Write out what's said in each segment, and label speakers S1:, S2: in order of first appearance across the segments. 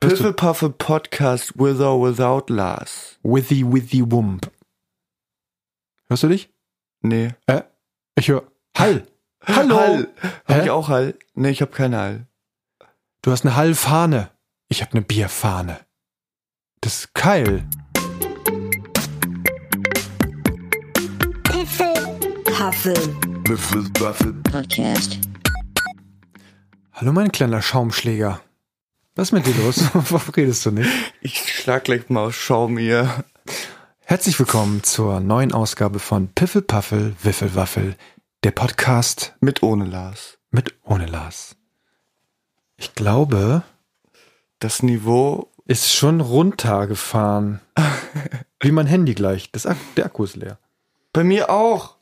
S1: Piffelpuffe Podcast with or without Lars.
S2: Withy Withy Wump. Hörst du dich?
S1: Nee.
S2: Äh, ich höre Hall. Hallo.
S1: Hall. Hab
S2: Hä?
S1: ich auch Hall? Nee, ich habe keine Hall.
S2: Du hast eine Hallfahne. Ich habe eine Bierfahne. Das ist geil.
S3: Piffel, Puffel Podcast.
S2: Hallo, mein kleiner Schaumschläger. Was ist mit dir los? Warum redest du nicht?
S1: Ich schlag gleich mal aus Schaum hier.
S2: Herzlich willkommen zur neuen Ausgabe von Piffelpaffel Wiffelwaffel, der Podcast
S1: Mit ohne Lars.
S2: mit ohne Lars. Ich glaube,
S1: Das Niveau.
S2: ist schon runtergefahren. Wie mein Handy gleich. Das Ak der Akku ist leer.
S1: Bei mir auch.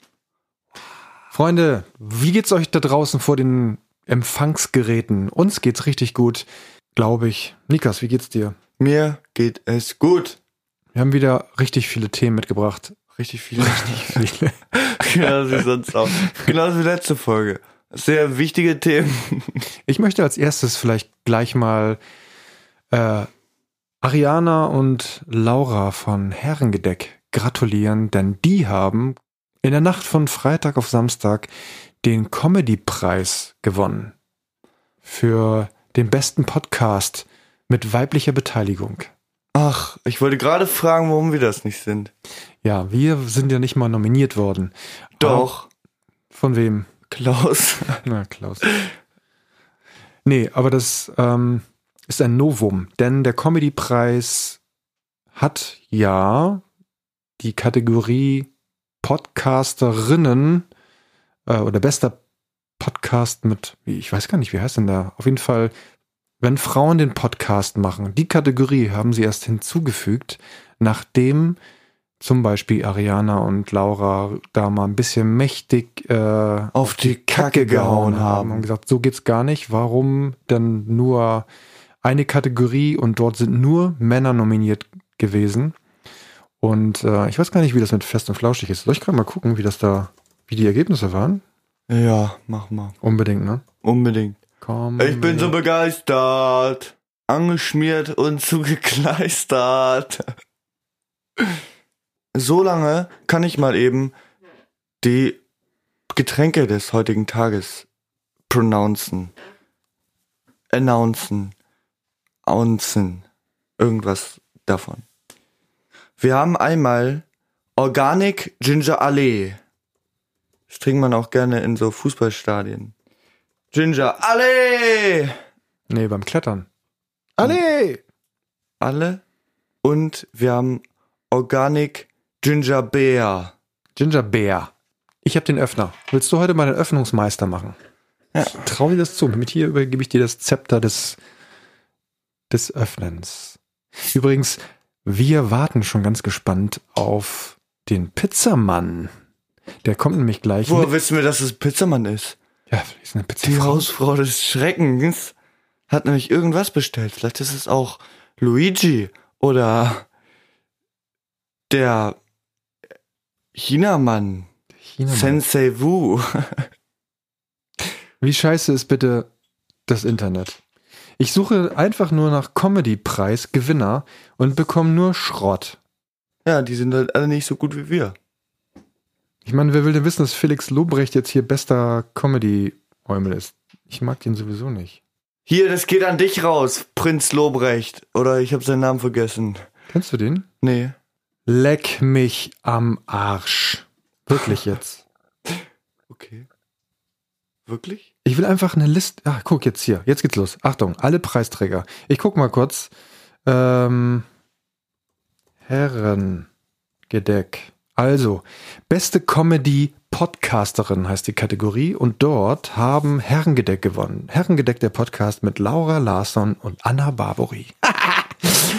S2: Freunde, wie geht's euch da draußen vor den Empfangsgeräten? Uns geht's richtig gut, glaube ich. Nikas, wie geht's dir?
S1: Mir geht es gut.
S2: Wir haben wieder richtig viele Themen mitgebracht.
S1: Richtig viele.
S2: Viele.
S1: Genauso wie sonst auch. Genauso wie letzte Folge. Sehr wichtige Themen.
S2: Ich möchte als erstes vielleicht gleich mal äh, Ariana und Laura von Herrengedeck gratulieren, denn die haben in der Nacht von Freitag auf Samstag den Comedy-Preis gewonnen für den besten Podcast mit weiblicher Beteiligung.
S1: Ach, ich wollte gerade fragen, warum wir das nicht sind.
S2: Ja, wir sind ja nicht mal nominiert worden.
S1: Doch,
S2: Aber von wem?
S1: Klaus.
S2: Na, Klaus. Nee, aber das ähm, ist ein Novum, denn der Comedy-Preis hat ja die Kategorie Podcasterinnen äh, oder bester Podcast mit, ich weiß gar nicht, wie heißt denn da? Auf jeden Fall, wenn Frauen den Podcast machen, die Kategorie haben sie erst hinzugefügt, nachdem zum Beispiel Ariana und Laura da mal ein bisschen mächtig äh,
S1: Auf die Kacke gehauen haben.
S2: und gesagt, so geht's gar nicht. Warum dann nur eine Kategorie und dort sind nur Männer nominiert gewesen? Und äh, ich weiß gar nicht, wie das mit Fest und Flauschig ist. Soll ich gerade mal gucken, wie das da, wie die Ergebnisse waren?
S1: Ja, mach mal.
S2: Unbedingt, ne?
S1: Unbedingt.
S2: Komm.
S1: Ich bin so begeistert. Angeschmiert und zugekleistert. So lange kann ich mal eben die Getränke des heutigen Tages pronouncen. Announcen. Ounzen. Irgendwas davon. Wir haben einmal Organic Ginger Ale. Das trinkt man auch gerne in so Fußballstadien. Ginger Ale!
S2: Nee, beim Klettern. Alle!
S1: alle und wir haben Organic Ginger Beer.
S2: Ginger Bear. Ich habe den Öffner. Willst du heute mal den Öffnungsmeister machen?
S1: Ja.
S2: Ich trau dir das zu. Mit hier übergebe ich dir das Zepter des, des Öffnens. Übrigens, wir warten schon ganz gespannt auf den Pizzamann. Der kommt nämlich gleich.
S1: Woher
S2: mit-
S1: wissen wir, dass es Pizzamann ist?
S2: ja, ist eine
S1: Die
S2: Pizza.
S1: Hausfrau des Schreckens hat nämlich irgendwas bestellt. Vielleicht ist es auch Luigi oder der Chinamann,
S2: China.
S1: Sensei Wu.
S2: Wie scheiße ist bitte das Internet? Ich suche einfach nur nach Comedy-Preis-Gewinner und bekomme nur Schrott.
S1: Ja, die sind halt alle nicht so gut wie wir.
S2: Ich meine, wer will denn wissen, dass Felix Lobrecht jetzt hier bester Comedy-Eumel ist? Ich mag den sowieso nicht.
S1: Hier, das geht an dich raus, Prinz Lobrecht. Oder ich habe seinen Namen vergessen.
S2: Kennst du den?
S1: Nee.
S2: Leck mich am Arsch. Wirklich jetzt.
S1: Okay. Wirklich?
S2: Ich will einfach eine Liste. Ach, guck jetzt hier. Jetzt geht's los. Achtung, alle Preisträger. Ich guck mal kurz. Ähm, Herrengedeck. Also, beste Comedy Podcasterin heißt die Kategorie und dort haben Herrengedeck gewonnen. Herrengedeck der Podcast mit Laura Larsson und Anna Barbori.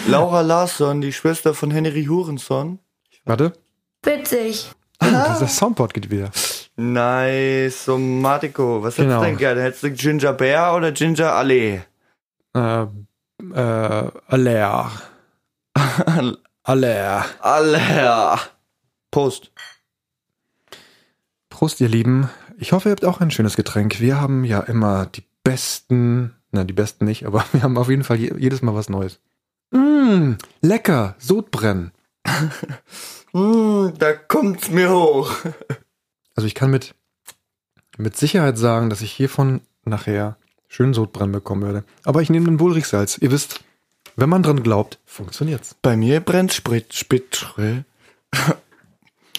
S1: Laura Larsson, die Schwester von Henry Hurenson.
S2: Warte.
S3: Witzig.
S2: Oh, das ist das Soundboard geht wieder.
S1: Nice, Somatico. Was hättest
S2: Genau.
S1: du denn gerne? Hättest du Ginger Bear oder Ginger Allee?
S2: Äh, äh, Aller. Aller.
S1: Allee. Post.
S2: Prost, ihr Lieben. Ich hoffe, ihr habt auch ein schönes Getränk. Wir haben ja immer die besten, na, die besten nicht, aber wir haben auf jeden Fall je, jedes Mal was Neues. Mmm, lecker, Sodbrennen.
S1: Mm, da kommt's mir hoch.
S2: Also ich kann mit, mit Sicherheit sagen, dass ich hiervon nachher schön Sodbrennen bekommen werde. Aber ich nehme den Wohlrichsalz. Ihr wisst, wenn man dran glaubt, funktioniert's.
S1: Bei mir brennt Sprit, Spitrill.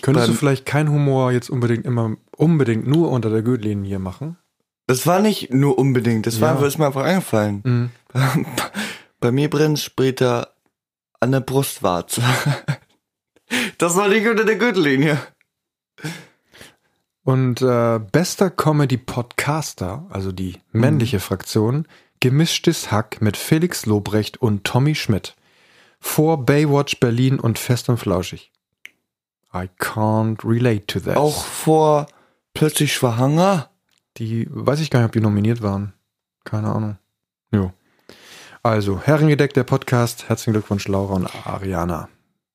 S2: Könntest
S1: Beim-
S2: du vielleicht keinen Humor jetzt unbedingt immer, unbedingt nur unter der Gürtellinie machen?
S1: Das war nicht nur unbedingt, das war,
S2: Ja.
S1: ist mir einfach eingefallen.
S2: Mhm.
S1: Bei mir brennt später an der Brustwarze. Das war nicht unter der Gürtellinie.
S2: Und äh, bester Comedy-Podcaster, also die männliche Fraktion, gemischtes Hack mit Felix Lobrecht und Tommy Schmidt. Vor Baywatch Berlin und Fest und Flauschig. I can't relate to that.
S1: Auch vor plötzlich schwanger.
S2: Die, weiß ich gar nicht, ob die nominiert waren. Keine Ahnung. Jo. Also, Herrengedeck, der Podcast. Herzlichen Glückwunsch, Laura und Ariana.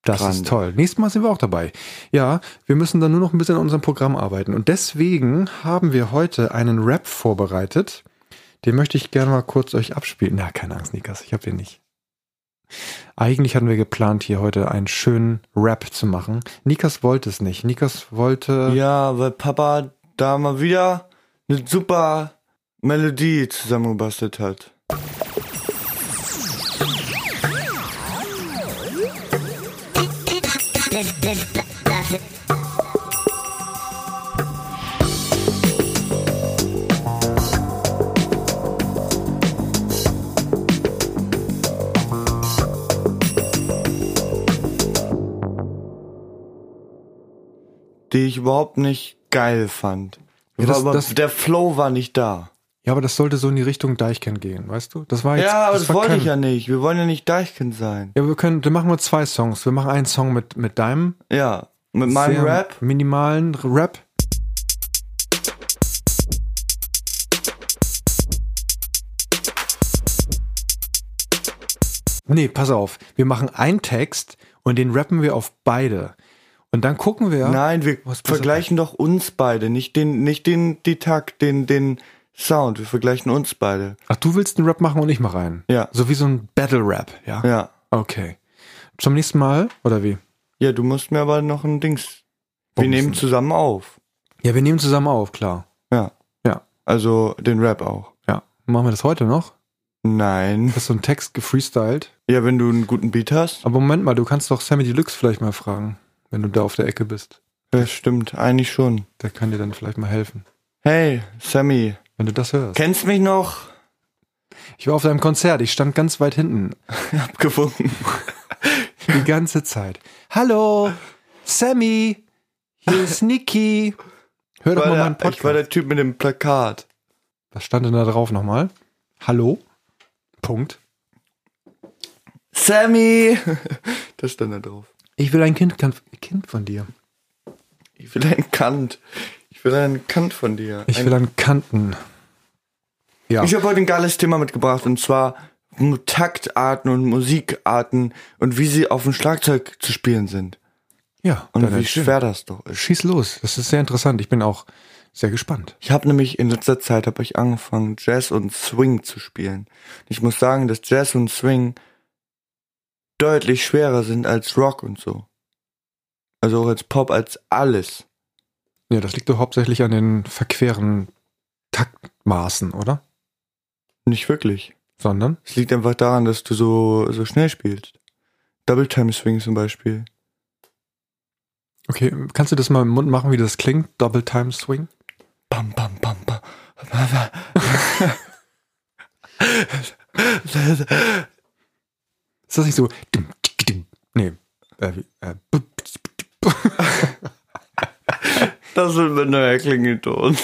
S2: Das
S1: Grande.
S2: ist toll. Nächstes Mal sind wir auch dabei. Ja, wir müssen dann nur noch ein bisschen an unserem Programm arbeiten. Und deswegen haben wir heute einen Rap vorbereitet. Den möchte ich gerne mal kurz euch abspielen. Na, keine Angst, Nikas, ich habe den nicht. Eigentlich hatten wir geplant, hier heute einen schönen Rap zu machen. Nikas wollte es nicht. Nikas wollte.
S1: Ja, weil Papa da mal wieder eine super Melodie zusammengebastelt hat. Die ich überhaupt nicht geil fand.
S2: Ja, das-
S1: aber
S2: das-
S1: der Flow war nicht da.
S2: Ja, aber das sollte so in die Richtung Deichkind gehen, weißt du? Das war jetzt.
S1: ja, aber das,
S2: war
S1: wollte
S2: kein-
S1: ich ja nicht. Wir wollen ja nicht Deichkind sein.
S2: Ja, wir können, dann machen wir zwei Songs. Wir machen einen Song mit, mit deinem
S1: Ja, mit meinem
S2: sehr
S1: Rap.
S2: minimalen Rap. Nee, pass auf. Wir machen einen Text und den rappen wir auf beide. Und dann gucken wir.
S1: Nein, wir
S2: Was passiert?
S1: vergleichen doch uns beide, nicht den, nicht den, die Takt, den, den Sound. Wir vergleichen uns beide.
S2: Ach, du willst einen Rap machen und ich mach einen.
S1: Ja.
S2: So wie so ein Battle-Rap, ja?
S1: Ja.
S2: Okay. Zum nächsten Mal, oder wie?
S1: Ja, du musst mir aber noch ein Dings. Wir
S2: Bumsen.
S1: nehmen zusammen auf.
S2: Ja, wir nehmen zusammen auf, klar.
S1: Ja.
S2: Ja.
S1: Also den Rap auch.
S2: Ja. Machen wir das heute noch?
S1: Nein.
S2: Das ist so ein Text gefreestylt.
S1: Ja, wenn du einen guten Beat hast.
S2: Aber Moment mal, du kannst doch Sammy Deluxe vielleicht mal fragen, wenn du da auf der Ecke bist.
S1: Ja, stimmt, eigentlich schon.
S2: Der kann dir dann vielleicht mal helfen.
S1: Hey, Sammy,
S2: Wenn du das hörst.
S1: kennst mich noch?
S2: Ich war auf deinem Konzert, ich stand ganz weit hinten.
S1: Abgewunken.
S2: Die ganze Zeit. Hallo, Sammy, hier ist Niki. Hör doch
S1: War
S2: mal
S1: der,
S2: meinen
S1: ich war
S2: Podcast.
S1: der Typ mit dem Plakat.
S2: Was stand denn da drauf nochmal? Hallo, Punkt.
S1: Sammy! Das stand da drauf.
S2: Ich will ein Kind, kind von dir.
S1: Ich will einen Kant. Ich will einen Kant von dir.
S2: Ich
S1: Ein-
S2: will einen Kanten. Ja.
S1: Ich habe heute ein geiles Thema mitgebracht und zwar Mu- Taktarten und Musikarten und wie sie auf dem Schlagzeug zu spielen sind.
S2: ja.
S1: Und
S2: deine
S1: wie
S2: Stimme.
S1: schwer das doch ist.
S2: Schieß los. Das ist sehr interessant. Ich bin auch sehr gespannt.
S1: Ich habe nämlich in letzter Zeit habe ich angefangen Jazz und Swing zu spielen. Ich muss sagen, dass Jazz und Swing deutlich schwerer sind als Rock und so. Also auch als Pop, als alles.
S2: Ja, das liegt doch hauptsächlich an den verqueren Taktmaßen, oder?
S1: Nicht wirklich.
S2: Sondern?
S1: Es liegt einfach daran, dass du so, so schnell spielst. Double Time Swing zum Beispiel.
S2: Okay, kannst du das mal im Mund machen, wie das klingt? Double Time Swing?
S1: Bam, bam, bam, bam.
S2: Ist das nicht so? Dim, tick, dim? Nee. Äh, wie, äh, bup,
S1: Das wird mein neuer Klingelton.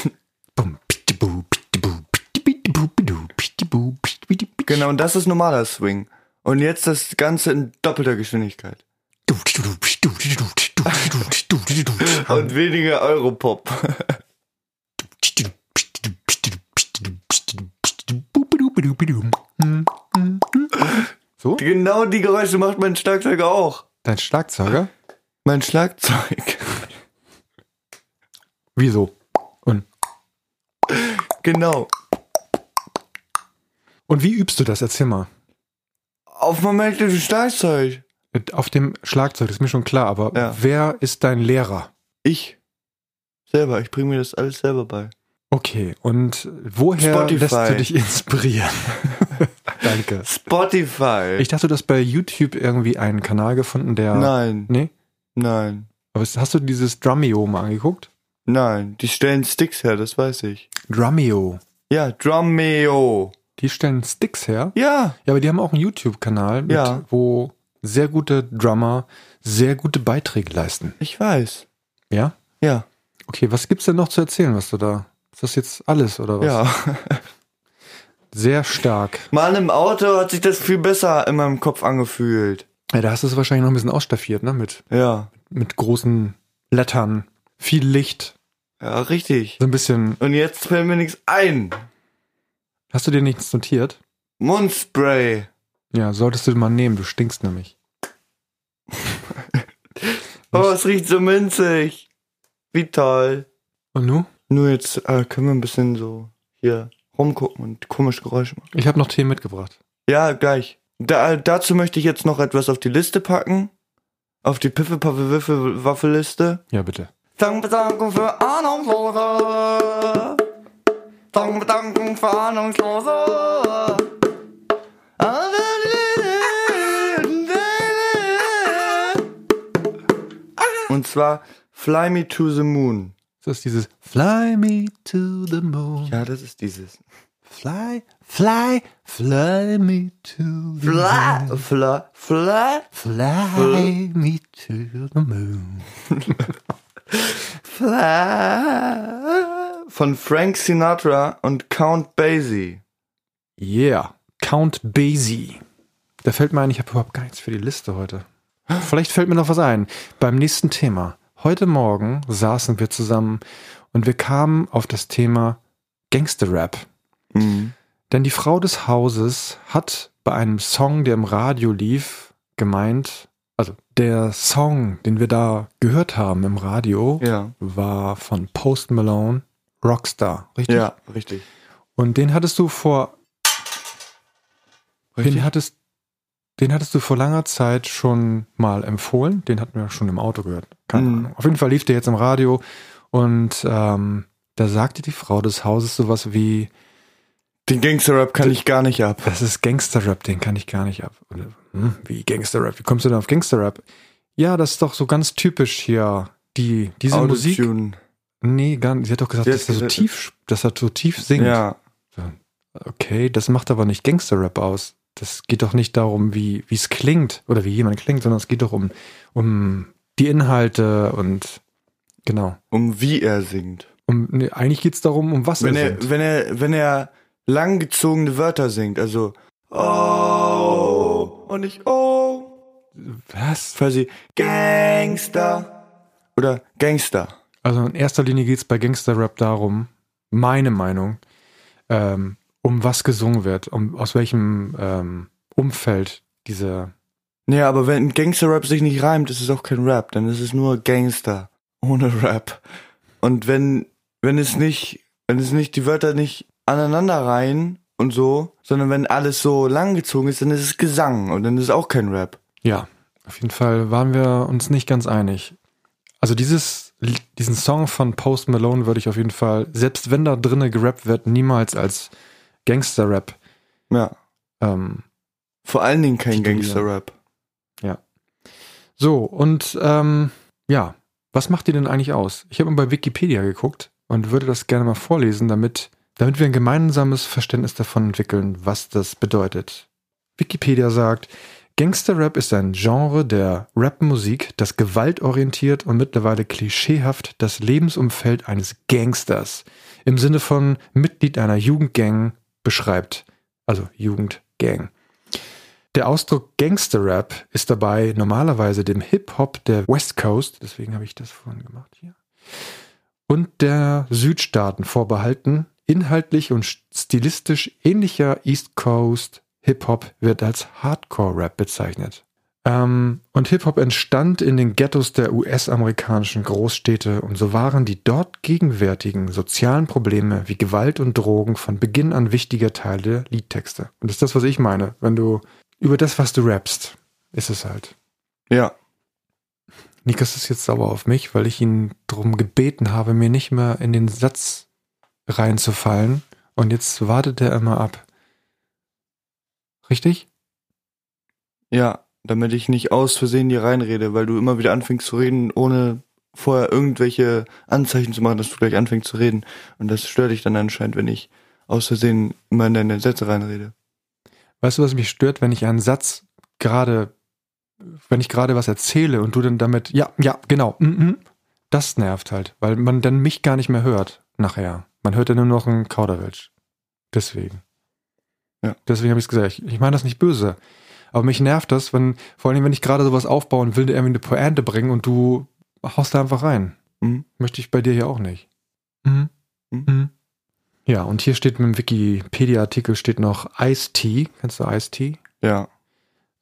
S2: bum, piti, bu, piti, bu, piti, piti, bu, pidu, piti, bu, piti, piti, piti,
S1: Genau, und das ist normaler Swing. Und jetzt das Ganze in doppelter Geschwindigkeit.
S2: du, piti, du, piti, du, piti, du, piti, du, piti, du, piti, du, piti, du, piti, du,
S1: Und weniger Europop.
S2: piti, du, piti, du, piti, du, piti, du, piti, du, piti, du, bu, pidu, pidu, pidu. Mm, mm, mm. So?
S1: Genau die Geräusche macht mein Schlagzeug auch.
S2: Dein Schlagzeuger?
S1: Mein Schlagzeug.
S2: Wieso? Und
S1: Genau.
S2: Und wie übst du das? Erzähl mal.
S1: Auf meinem elektrischen Schlagzeug.
S2: Auf dem Schlagzeug, ist mir schon klar, aber
S1: Ja.
S2: wer ist dein Lehrer?
S1: Ich. Selber. Ich bringe mir das alles selber bei.
S2: Okay, und woher
S1: Spotify.
S2: lässt du dich inspirieren? Danke.
S1: Spotify.
S2: Ich dachte, du hast bei YouTube irgendwie einen Kanal gefunden, der.
S1: Nein,
S2: Nee?
S1: nein,
S2: Aber hast du dieses Drumeo mal angeguckt?
S1: nein. Die stellen Sticks her, das weiß ich.
S2: Drumeo.
S1: Ja, Drummeo.
S2: Die stellen Sticks her.
S1: Ja,
S2: Ja, aber die haben auch einen YouTube-Kanal, mit-
S1: Ja.
S2: wo sehr gute Drummer sehr gute Beiträge leisten.
S1: ich weiß.
S2: Ja?
S1: Ja,
S2: Okay, was gibt's denn noch zu erzählen, was du da. Ist das jetzt alles oder was?
S1: ja.
S2: Sehr stark.
S1: Mann, im Auto hat sich das viel besser in meinem Kopf angefühlt.
S2: Ja, da hast du es wahrscheinlich noch ein bisschen ausstaffiert, ne? Mit,
S1: Ja,
S2: mit großen Lettern, viel Licht,
S1: ja, richtig.
S2: so ein bisschen.
S1: Und jetzt fällt mir nichts ein.
S2: Hast du dir nichts notiert?
S1: Mundspray.
S2: Ja, solltest du mal nehmen, du stinkst nämlich.
S1: Oh, es riecht so minzig. Wie toll.
S2: Und nu?
S1: Nur jetzt äh, können wir ein bisschen so hier rumgucken und komische Geräusche machen.
S2: Ich habe noch Tee mitgebracht.
S1: Ja, gleich. Da, dazu möchte ich jetzt noch etwas auf die Liste packen. Auf die piffe paffe wiffe waffelliste
S2: Ja, bitte.
S1: Dank Bedankung für Ahnungslose. Dank Bedankung für Ahnungslose. Und zwar Fly Me to the Moon.
S2: Das ist dieses Fly me to the moon.
S1: Ja, das ist dieses.
S2: Fly, fly, fly me to the
S1: Fly, fly, fly,
S2: Fly me to the moon.
S1: fly. Von Frank Sinatra und Count Basie.
S2: Yeah. Count Basie. Da fällt mir ein, ich habe überhaupt gar nichts für die Liste heute. Vielleicht fällt mir noch was ein. Beim nächsten Thema. Heute Morgen saßen wir zusammen und wir kamen auf das Thema Gangster-Rap. Mhm. Denn die Frau des Hauses hat bei einem Song, der im Radio lief, gemeint, also der Song, den wir da gehört haben im Radio,
S1: Ja.
S2: war von Post Malone, Rockstar, richtig?
S1: Ja, richtig.
S2: Und den hattest du vor, den hattest, den hattest du vor langer Zeit schon mal empfohlen. Den hatten wir schon im Auto gehört. Keine
S1: Mhm.
S2: Ahnung. Auf jeden Fall lief der jetzt im Radio und ähm, da sagte die Frau des Hauses sowas wie,
S1: Den Gangster-Rap kann ich gar nicht ab.
S2: Das ist Gangster-Rap, den kann ich gar nicht ab. Und, hm, wie Gangster-Rap? Wie kommst du denn auf Gangster-Rap? Ja, das ist doch so ganz typisch hier. Die, diese Musik.
S1: Autotune.
S2: Nee, gar nicht. Sie hat doch gesagt,
S1: Sie hat
S2: dass er so
S1: gesagt-
S2: tief, dass er so tief singt.
S1: Ja.
S2: Okay, das macht aber nicht Gangster-Rap aus. Das geht doch nicht darum, wie wie es klingt oder wie jemand klingt, sondern es geht doch um, um die Inhalte und genau.
S1: Um wie er singt.
S2: Um, nee, eigentlich geht es darum, um was
S1: Wenn
S2: er
S1: er,
S2: singt.
S1: wenn er, wenn er langgezogene Wörter singt, also Oh und nicht Oh,
S2: Was?
S1: quasi Gangster oder Gangster.
S2: Also in erster Linie geht es bei Gangster-Rap darum, meine Meinung, ähm, um was gesungen wird, um, aus welchem ähm, Umfeld diese.
S1: Naja, aber wenn Gangster-Rap sich nicht reimt, ist es auch kein Rap, dann ist es nur Gangster ohne Rap. Und wenn, wenn es nicht, wenn es nicht, die Wörter nicht aneinander reihen und so, sondern wenn alles so langgezogen ist, dann ist es Gesang und dann ist es auch kein Rap.
S2: Ja, auf jeden Fall waren wir uns nicht ganz einig. Also dieses, diesen Song von Post Malone würde ich auf jeden Fall, selbst wenn da drinne gerappt wird, niemals als Gangster-Rap.
S1: Ja.
S2: Ähm,
S1: Vor allen Dingen kein
S2: Titulieren.
S1: Gangster-Rap.
S2: So, und ähm, ja, was macht ihr denn eigentlich aus? Ich habe mal bei Wikipedia geguckt und würde das gerne mal vorlesen, damit, damit wir ein gemeinsames Verständnis davon entwickeln, was das bedeutet. Wikipedia sagt, Gangster-Rap ist ein Genre der Rap-Musik, das gewaltorientiert und mittlerweile klischeehaft das Lebensumfeld eines Gangsters im Sinne von Mitglied einer Jugendgang beschreibt. Also Jugendgang. Der Ausdruck Gangster-Rap ist dabei normalerweise dem Hip-Hop der West Coast, deswegen habe ich das vorhin gemacht hier, und der Südstaaten vorbehalten. Inhaltlich und stilistisch ähnlicher East Coast Hip-Hop wird als Hardcore-Rap bezeichnet. Ähm, und Hip-Hop entstand in den Ghettos der US-amerikanischen Großstädte und so waren die dort gegenwärtigen sozialen Probleme wie Gewalt und Drogen von Beginn an wichtiger Teil der Liedtexte. Und das ist das, was ich meine. Wenn du über das, was du rappst, ist es halt.
S1: Ja.
S2: Nikas ist jetzt sauer auf mich, weil ich ihn darum gebeten habe, mir nicht mehr in den Satz reinzufallen. Und jetzt wartet er immer ab. Richtig?
S1: Ja, damit ich nicht aus Versehen dir reinrede, weil du immer wieder anfängst zu reden, ohne vorher irgendwelche Anzeichen zu machen, dass du gleich anfängst zu reden. Und das stört dich dann anscheinend, wenn ich aus Versehen immer in deine Sätze reinrede.
S2: Weißt du, was mich stört, wenn ich einen Satz gerade, wenn ich gerade was erzähle und du dann damit, ja, ja, genau, mm, mm, das nervt halt, weil man dann mich gar nicht mehr hört nachher. Man hört dann nur noch einen Kauderwelsch. Deswegen.
S1: Ja.
S2: Deswegen habe ich es gesagt. Ich, ich meine das nicht böse. Aber mich nervt das, wenn, vor allem, wenn ich gerade sowas aufbauen will, der irgendwie eine Pointe bringen und du haust da einfach rein.
S1: Mhm.
S2: Möchte ich bei dir hier auch nicht. Mhm.
S1: Mhm.
S2: Mhm. Ja, und hier steht mit dem Wikipedia-Artikel steht noch Ice-T. Kennst du Ice-T?
S1: Ja.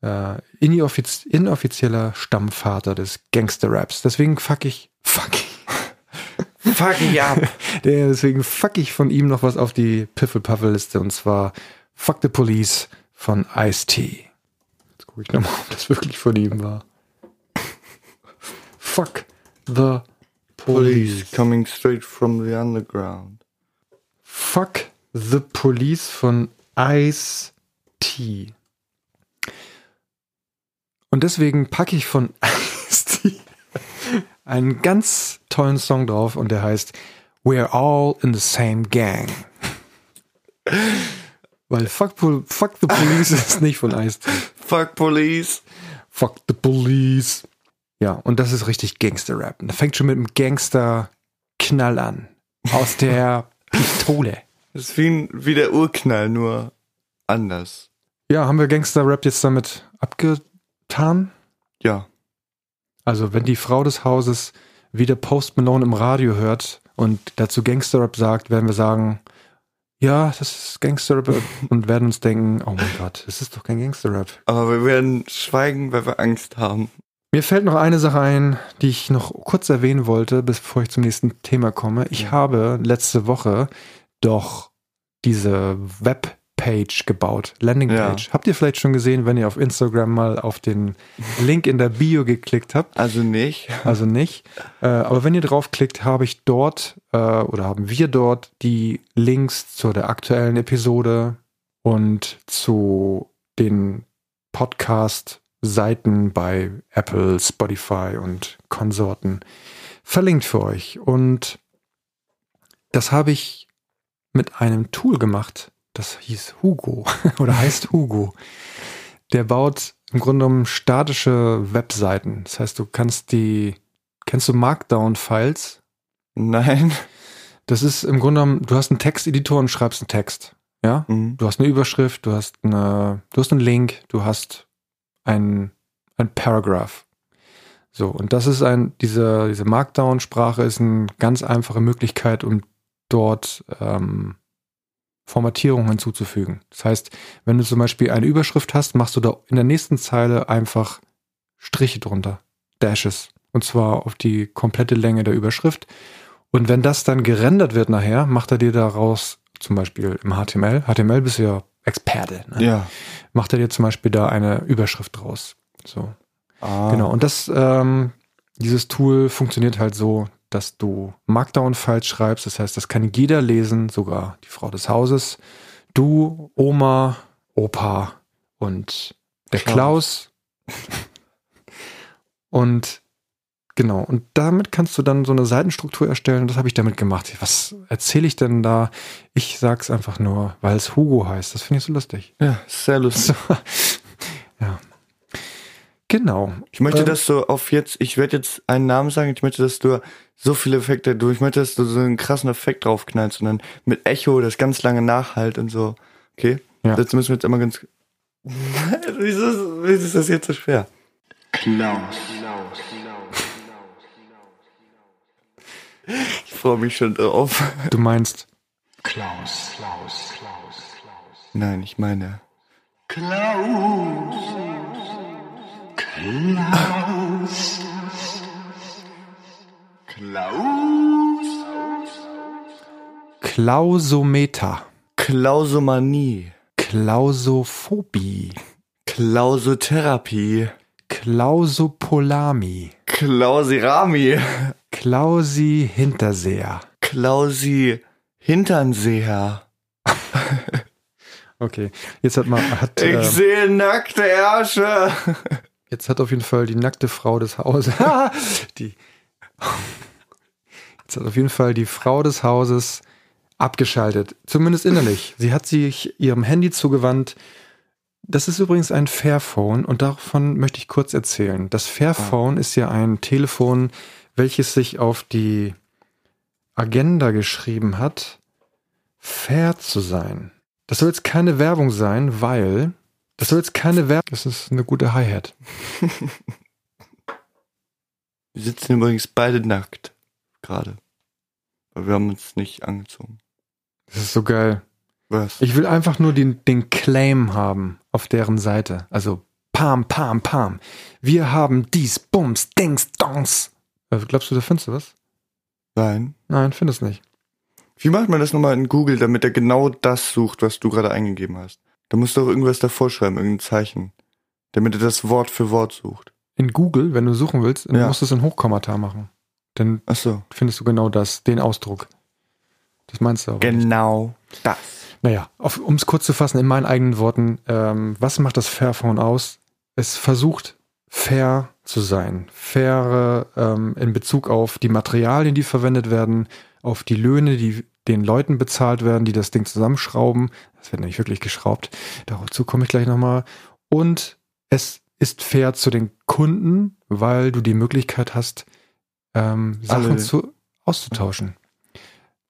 S2: Äh, inoffiz inoffizieller Stammvater des Gangster-Raps. Deswegen fuck ich, fuck ich,
S1: Fuck ich ab.
S2: Der- Deswegen fuck ich von ihm noch was auf die Piffel-Paffel-Liste und zwar Fuck the Police von Ice-T. Jetzt gucke ich nochmal, ob das wirklich von ihm war. Fuck the Police.
S1: Police coming straight from the underground.
S2: Fuck the Police von Ice-T. Und deswegen packe ich von Ice-T einen ganz tollen Song drauf und der heißt We're All in the Same Gang. Weil fuck, Pol- fuck the Police ist nicht von Ice-T.
S1: Fuck Police.
S2: Fuck the Police. Ja, und das ist richtig Gangster-Rap. Da fängt schon mit einem Gangster-Knall an. Aus der Pistole.
S1: Das ist wie, ein, wie der Urknall, nur anders.
S2: Ja, haben wir Gangster-Rap jetzt damit abgetan?
S1: Ja.
S2: Also, wenn die Frau des Hauses wieder Post Malone im Radio hört und dazu Gangster-Rap sagt, werden wir sagen, ja, das ist Gangster-Rap und werden uns denken, oh mein Gott, das ist doch kein Gangster-Rap.
S1: Aber wir werden schweigen, weil wir Angst haben.
S2: Mir fällt noch eine Sache ein, die ich noch kurz erwähnen wollte, bevor ich zum nächsten Thema komme. Ich habe letzte Woche doch diese Webpage gebaut, Landingpage. Habt ihr vielleicht schon gesehen, wenn ihr auf Instagram mal auf den Link in der Bio geklickt habt?
S1: Also nicht.
S2: Also nicht. Äh, aber wenn ihr draufklickt, habe ich dort äh, oder haben wir dort die Links zu der aktuellen Episode und zu den Podcast-Seiten bei Apple, Spotify und Konsorten verlinkt für euch. Und das habe ich mit einem Tool gemacht, das hieß Hugo oder heißt Hugo. Der baut im Grunde genommen statische Webseiten. Das heißt, du kannst die, kennst du Markdown-Files?
S1: Nein.
S2: Das ist im Grunde genommen, du hast einen Texteditor und schreibst einen Text. Ja?
S1: Mhm.
S2: Du hast eine Überschrift, du hast eine, du hast einen Link, du hast ein, ein Paragraph. So, und das ist ein, diese, diese Markdown-Sprache ist eine ganz einfache Möglichkeit, um dort ähm, Formatierung hinzuzufügen. Das heißt, wenn du zum Beispiel eine Überschrift hast, machst du da in der nächsten Zeile einfach Striche drunter, Dashes. Und zwar auf die komplette Länge der Überschrift. Und wenn das dann gerendert wird nachher, macht er dir daraus zum Beispiel im HTML, HTML bist du ja Experte, ne?
S1: Ja.
S2: macht er dir zum Beispiel da eine Überschrift draus. So.
S1: Ah.
S2: Genau, und das, ähm, dieses Tool funktioniert halt so, dass du Markdown-Files schreibst. Das heißt, das kann jeder lesen, sogar die Frau des Hauses, du, Oma, Opa und der Klaus. und genau, und damit kannst du dann so eine Seitenstruktur erstellen. Das habe ich damit gemacht. Was erzähle ich denn da? Ich sag's einfach nur, weil es Hugo heißt. Das finde ich so lustig.
S1: Ja, sehr lustig.
S2: So. ja. Genau.
S1: Ich möchte,
S2: Ähm.
S1: dass du auf jetzt, ich werde jetzt einen Namen sagen, ich möchte, dass du so viele Effekte, du, ich möchte, dass du so einen krassen Effekt draufknallst und dann mit Echo das ganz lange nachhalt und so. Okay?
S2: Ja.
S1: Dazu müssen wir jetzt immer ganz. Wieso ist- wieso ist das jetzt so schwer? Klaus. Ich freue mich schon drauf.
S2: Du meinst.
S1: Nein, ich meine.
S4: Klaus.
S2: Klausometer.
S1: Klausomanie.
S2: Klausophobie.
S1: Klausotherapie.
S2: Klausopolami.
S1: Klausirami.
S2: Klausi Hinterseher.
S1: Klausi Hinternseher.
S2: Okay, jetzt hat man hat,
S1: Ich
S2: ähm,
S1: sehe nackte Ärsche.
S2: jetzt hat auf jeden Fall die nackte Frau des Hauses die jetzt hat auf jeden Fall die Frau des Hauses abgeschaltet, zumindest innerlich. Sie hat sich ihrem Handy zugewandt. Das ist übrigens ein Fairphone und davon möchte ich kurz erzählen. Das Fairphone ist ja ein Telefon, welches sich auf die Agenda geschrieben hat, fair zu sein. Das soll jetzt keine Werbung sein, weil das soll jetzt keine Werbung. Das ist eine gute Hi-Hat.
S1: Wir sitzen übrigens beide nackt. Gerade. Aber wir haben uns nicht angezogen.
S2: Das ist so geil.
S1: Was?
S2: Ich will einfach nur den, den Claim haben auf deren Seite. Also pam, pam, pam. Wir haben dies, Bums, Dings, Dongs. Äh, Glaubst du, da findest du was?
S1: Nein.
S2: Nein, findest nicht.
S1: Wie macht man das nochmal in Google, damit er genau das sucht, was du gerade eingegeben hast? Da musst du doch irgendwas davor schreiben, irgendein Zeichen. Damit er das Wort für Wort sucht.
S2: In Google, wenn du suchen willst, dann
S1: Ja.
S2: musst du es in Hochkommata machen. Dann
S1: Ach so.
S2: findest du genau das, den Ausdruck. Das meinst du auch.
S1: Genau das.
S2: Naja, um es kurz zu fassen, in meinen eigenen Worten, ähm, was macht das Fairphone aus? Es versucht, fair zu sein. Faire ähm, in Bezug auf die Materialien, die verwendet werden, auf die Löhne, die den Leuten bezahlt werden, die das Ding zusammenschrauben. Das wird nämlich wirklich geschraubt. Dazu komme ich gleich nochmal. Und es ist fair zu den Kunden, weil du die Möglichkeit hast, ähm, Sachen
S1: Alle.
S2: zu, auszutauschen.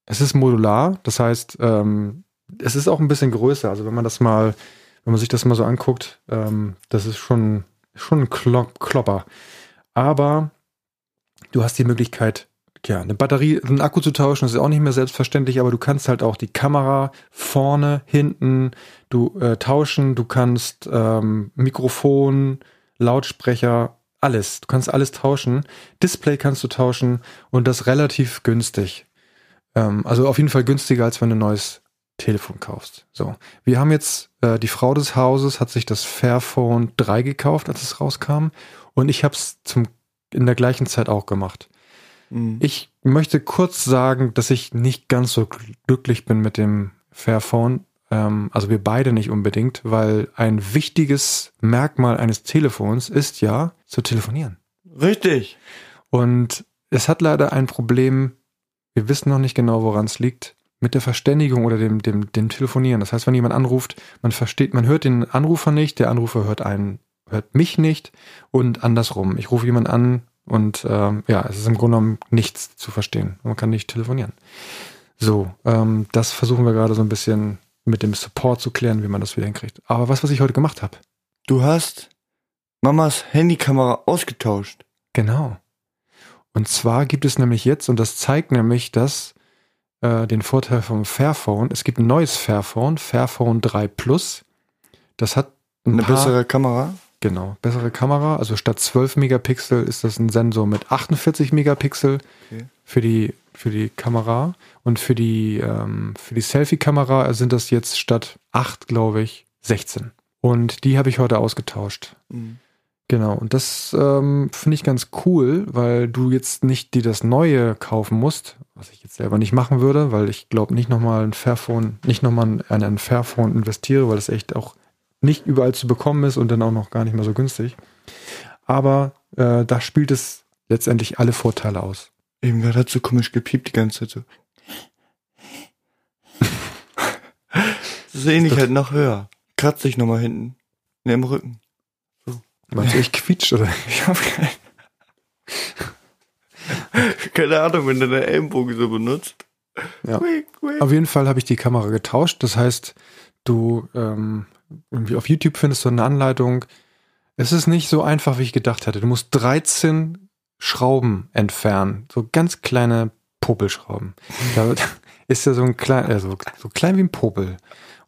S2: Es ist modular, das heißt, ähm, es ist auch ein bisschen größer. Also wenn man das mal, wenn man sich das mal so anguckt, ähm, das ist schon, schon ein Klo Klopper. Aber du hast die Möglichkeit, ja, eine Batterie, einen Akku zu tauschen, das ist auch nicht mehr selbstverständlich, aber du kannst halt auch die Kamera vorne, hinten, du äh, tauschen, du kannst ähm, Mikrofon, Lautsprecher, alles. Du kannst alles tauschen. Display kannst du tauschen und das relativ günstig. Ähm, also auf jeden Fall günstiger, als wenn du ein neues Telefon kaufst. So, wir haben jetzt, äh, die Frau des Hauses hat sich das Fairphone 3 gekauft, als es rauskam. Und ich habe es in der gleichen Zeit auch gemacht.
S1: Mhm.
S2: Ich möchte kurz sagen, dass ich nicht ganz so glücklich bin mit dem Fairphone. Ähm, also wir beide nicht unbedingt, weil ein wichtiges Merkmal eines Telefons ist ja zu telefonieren.
S1: Richtig.
S2: Und es hat leider ein Problem, wir wissen noch nicht genau, woran es liegt, mit der Verständigung oder dem, dem, dem Telefonieren. Das heißt, wenn jemand anruft, man versteht, man hört den Anrufer nicht, der Anrufer hört einen, hört mich nicht und andersrum. Ich rufe jemanden an und ähm, ja, es ist im Grunde genommen nichts zu verstehen. Man kann nicht telefonieren. So, ähm, das versuchen wir gerade so ein bisschen mit dem Support zu klären, wie man das wieder hinkriegt. Aber was, was ich heute gemacht habe.
S1: Du hast Mamas Handykamera ausgetauscht.
S2: Genau. Und zwar gibt es nämlich jetzt, und das zeigt nämlich dass äh, den Vorteil vom Fairphone, es gibt ein neues Fairphone, Fairphone 3 Plus. Das hat ein
S1: Eine
S2: paar,
S1: bessere Kamera.
S2: genau, bessere Kamera. Also statt 12 Megapixel ist das ein Sensor mit 48 Megapixel
S1: Okay.
S2: für, die, für die Kamera. Und für die, ähm, für die Selfie-Kamera sind das jetzt statt 8, glaube ich, 16. Und die habe ich heute ausgetauscht.
S1: Mhm.
S2: Genau, und das ähm, finde ich ganz cool, weil du jetzt nicht dir das Neue kaufen musst, was ich jetzt selber nicht machen würde, weil ich glaube nicht nochmal ein Fairphone, nicht nochmal an einen Fairphone investiere, weil das echt auch nicht überall zu bekommen ist und dann auch noch gar nicht mehr so günstig. Aber äh, da spielt es letztendlich alle Vorteile aus.
S1: Eben gerade hat so komisch gepiept die ganze Zeit so. Seh ich halt noch höher. Kratz dich nochmal hinten. Ne, im Rücken.
S2: Meinst du, ich quietsch oder?
S1: Ich hab keine, keine Ahnung, wenn du deine Ellenbogen so benutzt.
S2: Ja.
S1: Quick, quick.
S2: Auf jeden Fall habe ich die Kamera getauscht. Das heißt, du ähm, irgendwie auf YouTube findest du eine Anleitung. Es ist nicht so einfach, wie ich gedacht hätte. Du musst 13 Schrauben entfernen. So ganz kleine Popelschrauben. Da ist ja so ein klein, also so klein wie ein Popel.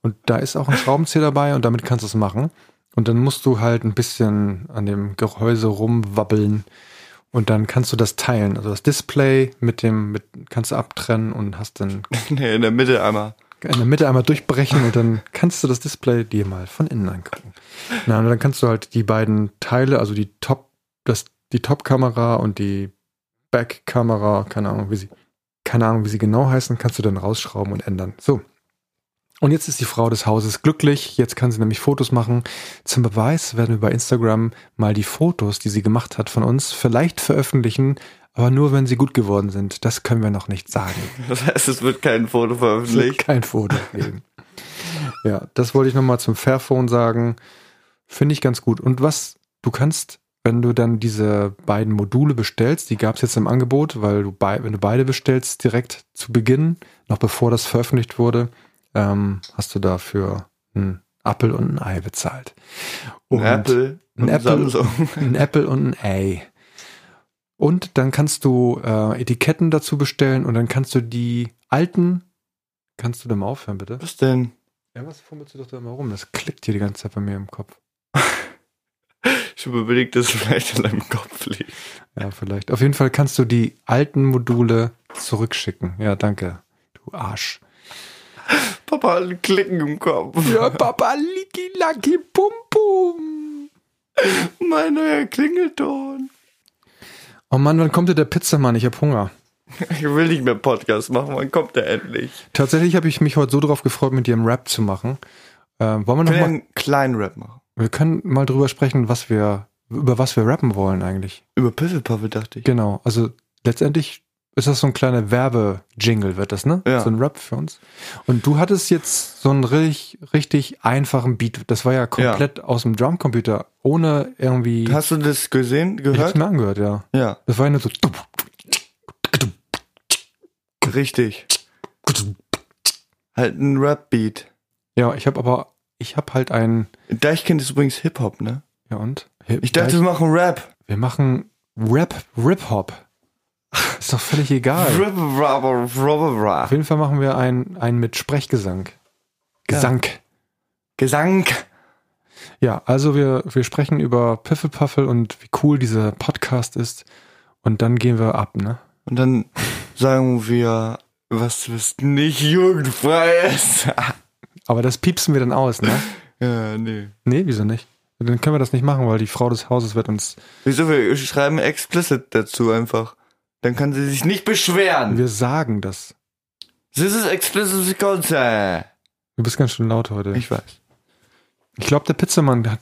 S2: Und da ist auch ein Schraubenzieher dabei und damit kannst du es machen. Und dann musst du halt ein bisschen an dem Gehäuse rumwabbeln Und dann kannst du das teilen. Also das Display mit dem, mit, kannst du abtrennen und hast dann
S1: nee, in der Mitte einmal.
S2: in der Mitte einmal durchbrechen und dann kannst du das Display dir mal von innen angucken. Na, und dann kannst du halt die beiden Teile, also die Top, das, die Top-Kamera und die Back-Kamera, keine Ahnung, wie sie, keine Ahnung, wie sie genau heißen, kannst du dann rausschrauben und ändern. So. Und jetzt ist die Frau des Hauses glücklich. Jetzt kann sie nämlich Fotos machen. Zum Beweis werden wir bei Instagram mal die Fotos, die sie gemacht hat von uns, vielleicht veröffentlichen, aber nur wenn sie gut geworden sind. Das können wir noch nicht sagen.
S1: Das heißt, es wird kein Foto
S2: Es wird
S1: veröffentlicht.
S2: kein Foto geben. ja, das wollte ich nochmal zum Fairphone sagen. Finde ich ganz gut. Und was du kannst, wenn du dann diese beiden Module bestellst, die gab es jetzt im Angebot, weil du bei, wenn du beide bestellst, direkt zu Beginn, noch bevor das veröffentlicht wurde, ähm, hast du dafür einen Appel und ein Ei bezahlt.
S1: Ein
S2: Und-
S1: Apple
S2: ein
S1: und
S2: Apple-
S1: Samsung.
S2: ein Apple und ein Ei. Und dann kannst du äh, Etiketten dazu bestellen und dann kannst du die alten. Kannst du da mal aufhören, bitte?
S1: Was denn?
S2: Ja, was fummelst du doch da immer rum? Das klickt hier die ganze Zeit bei mir im Kopf.
S1: Ich habe überlegt, dass es vielleicht an deinem Kopf liegt.
S2: Ja, vielleicht. Auf jeden Fall kannst du die alten Module zurückschicken. Ja, danke. Du Arsch.
S1: Papa hat einen Klicken im Kopf.
S2: Papa, Liki Laki Pum Pum.
S1: Mein neuer Klingelton.
S2: Oh Mann, wann kommt denn der Pizzamann? Ich hab Hunger.
S1: Ich will nicht mehr Podcast machen. Wann kommt der endlich?
S2: Tatsächlich habe ich mich heute so drauf gefreut, mit dir einen Rap zu machen. Äh, wollen wir
S1: Können wir
S2: nochmal
S1: einen kleinen Rap machen?
S2: Wir können mal drüber sprechen, was wir, über was wir rappen wollen eigentlich.
S1: Über Piffelpaffel dachte ich.
S2: Genau. Also letztendlich ist das so ein kleiner Werbe-Jingle, wird das, ne?
S1: Ja.
S2: So ein Rap für uns. Und du hattest jetzt so einen richtig, richtig einfachen Beat. Das war ja komplett aus dem Drumcomputer, ohne irgendwie.
S1: Hast du das gesehen,
S2: ich hab's
S1: gehört?
S2: mir angehört, ja.
S1: Ja,
S2: Das war ja nur so.
S1: richtig. Halt ein Rap-Beat.
S2: Ja, ich habe aber, ich habe halt einen.
S1: Deichkind ist übrigens Hip-Hop, ne?
S2: Ja und?
S1: Ich dachte, wir machen Rap.
S2: wir machen Rap, Rip-Hop. Ist doch völlig egal.
S1: Rap, rap, rap,
S2: Auf
S1: rap, rap.
S2: jeden Fall machen wir einen, einen mit Sprechgesang. Gesang.
S1: Gesang.
S2: Ja, also wir, wir sprechen über Piffelpuffel und wie cool dieser Podcast ist. Und dann gehen wir ab, ne?
S1: Und dann sagen wir, was ist nicht jugendfrei ist.
S2: Aber das piepsen wir dann aus, ne?
S1: ja, nee.
S2: nee, wieso nicht? Dann können wir das nicht machen, weil die Frau des Hauses wird uns.
S1: Wieso? Wir schreiben explicit dazu einfach. Dann kann sie sich nicht beschweren.
S2: Wir sagen das.
S1: This is explicit content.
S2: Du bist ganz schön laut heute. Ich,
S1: Ich weiß.
S2: glaube, der Pizzamann hat,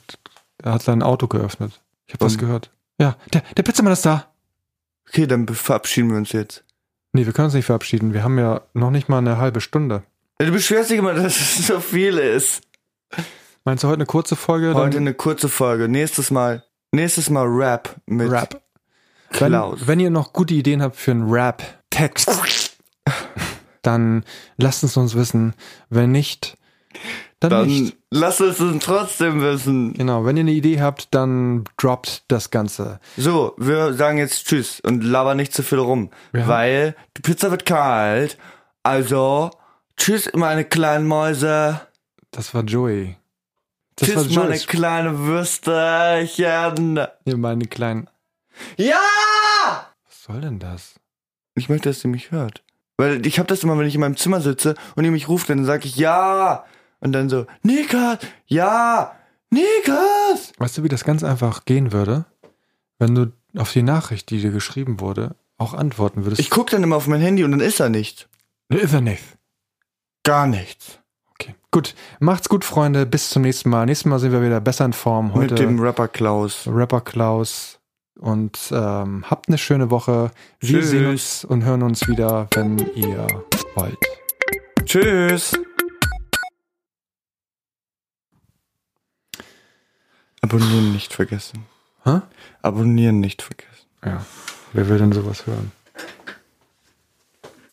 S2: hat sein Auto geöffnet. Ich habe was
S1: Und-
S2: gehört. Ja, der, der Pizzamann ist da.
S1: Okay, dann be- verabschieden wir uns jetzt.
S2: Nee, wir können uns nicht verabschieden. Wir haben ja noch nicht mal eine halbe Stunde.
S1: Du beschwerst dich immer, dass es so viel ist.
S2: Meinst du heute eine kurze Folge?
S1: Heute
S2: Dann-
S1: eine kurze Folge. Nächstes Mal, nächstes Mal Rap mit
S2: Rap. Wenn,
S1: Klaus.
S2: wenn ihr noch gute Ideen habt für einen Rap-Text, dann lasst es uns wissen. Wenn nicht, dann,
S1: dann
S2: nicht.
S1: lasst uns es trotzdem wissen.
S2: Genau, wenn ihr eine Idee habt, dann droppt das Ganze.
S1: So, wir sagen jetzt Tschüss und labern nicht zu viel rum,
S2: Ja.
S1: weil die Pizza wird kalt. Also, Tschüss, meine kleinen Mäuse.
S2: Das war Joey. Das
S1: tschüss,
S2: war
S1: meine
S2: Joey.
S1: kleinen Würsterchen.
S2: Ihr meine kleinen.
S1: Ja!
S2: Was soll denn das?
S1: Ich möchte, dass sie mich hört. Weil ich habe das immer, wenn ich in meinem Zimmer sitze und ihr mich ruft, dann sage ich ja. Und dann so, Nikas, ja, Nikas.
S2: Weißt du, wie das ganz einfach gehen würde, wenn du auf die Nachricht, die dir geschrieben wurde, auch antworten würdest?
S1: Ich guck dann immer auf mein Handy und dann ist da nichts.
S2: ist er nicht.
S1: Gar nichts.
S2: Okay. Gut. Macht's gut, Freunde. Bis zum nächsten Mal. Nächstes Mal sind wir wieder besser in Form. Heute
S1: Mit dem Rapper Klaus.
S2: Rapper Klaus. Und ähm, habt eine schöne Woche. Wir
S1: Tschüss.
S2: sehen uns und hören uns wieder, wenn ihr wollt.
S1: Tschüss. Abonnieren nicht vergessen.
S2: Hä?
S1: Abonnieren nicht vergessen.
S2: Ja. Wer will denn sowas hören?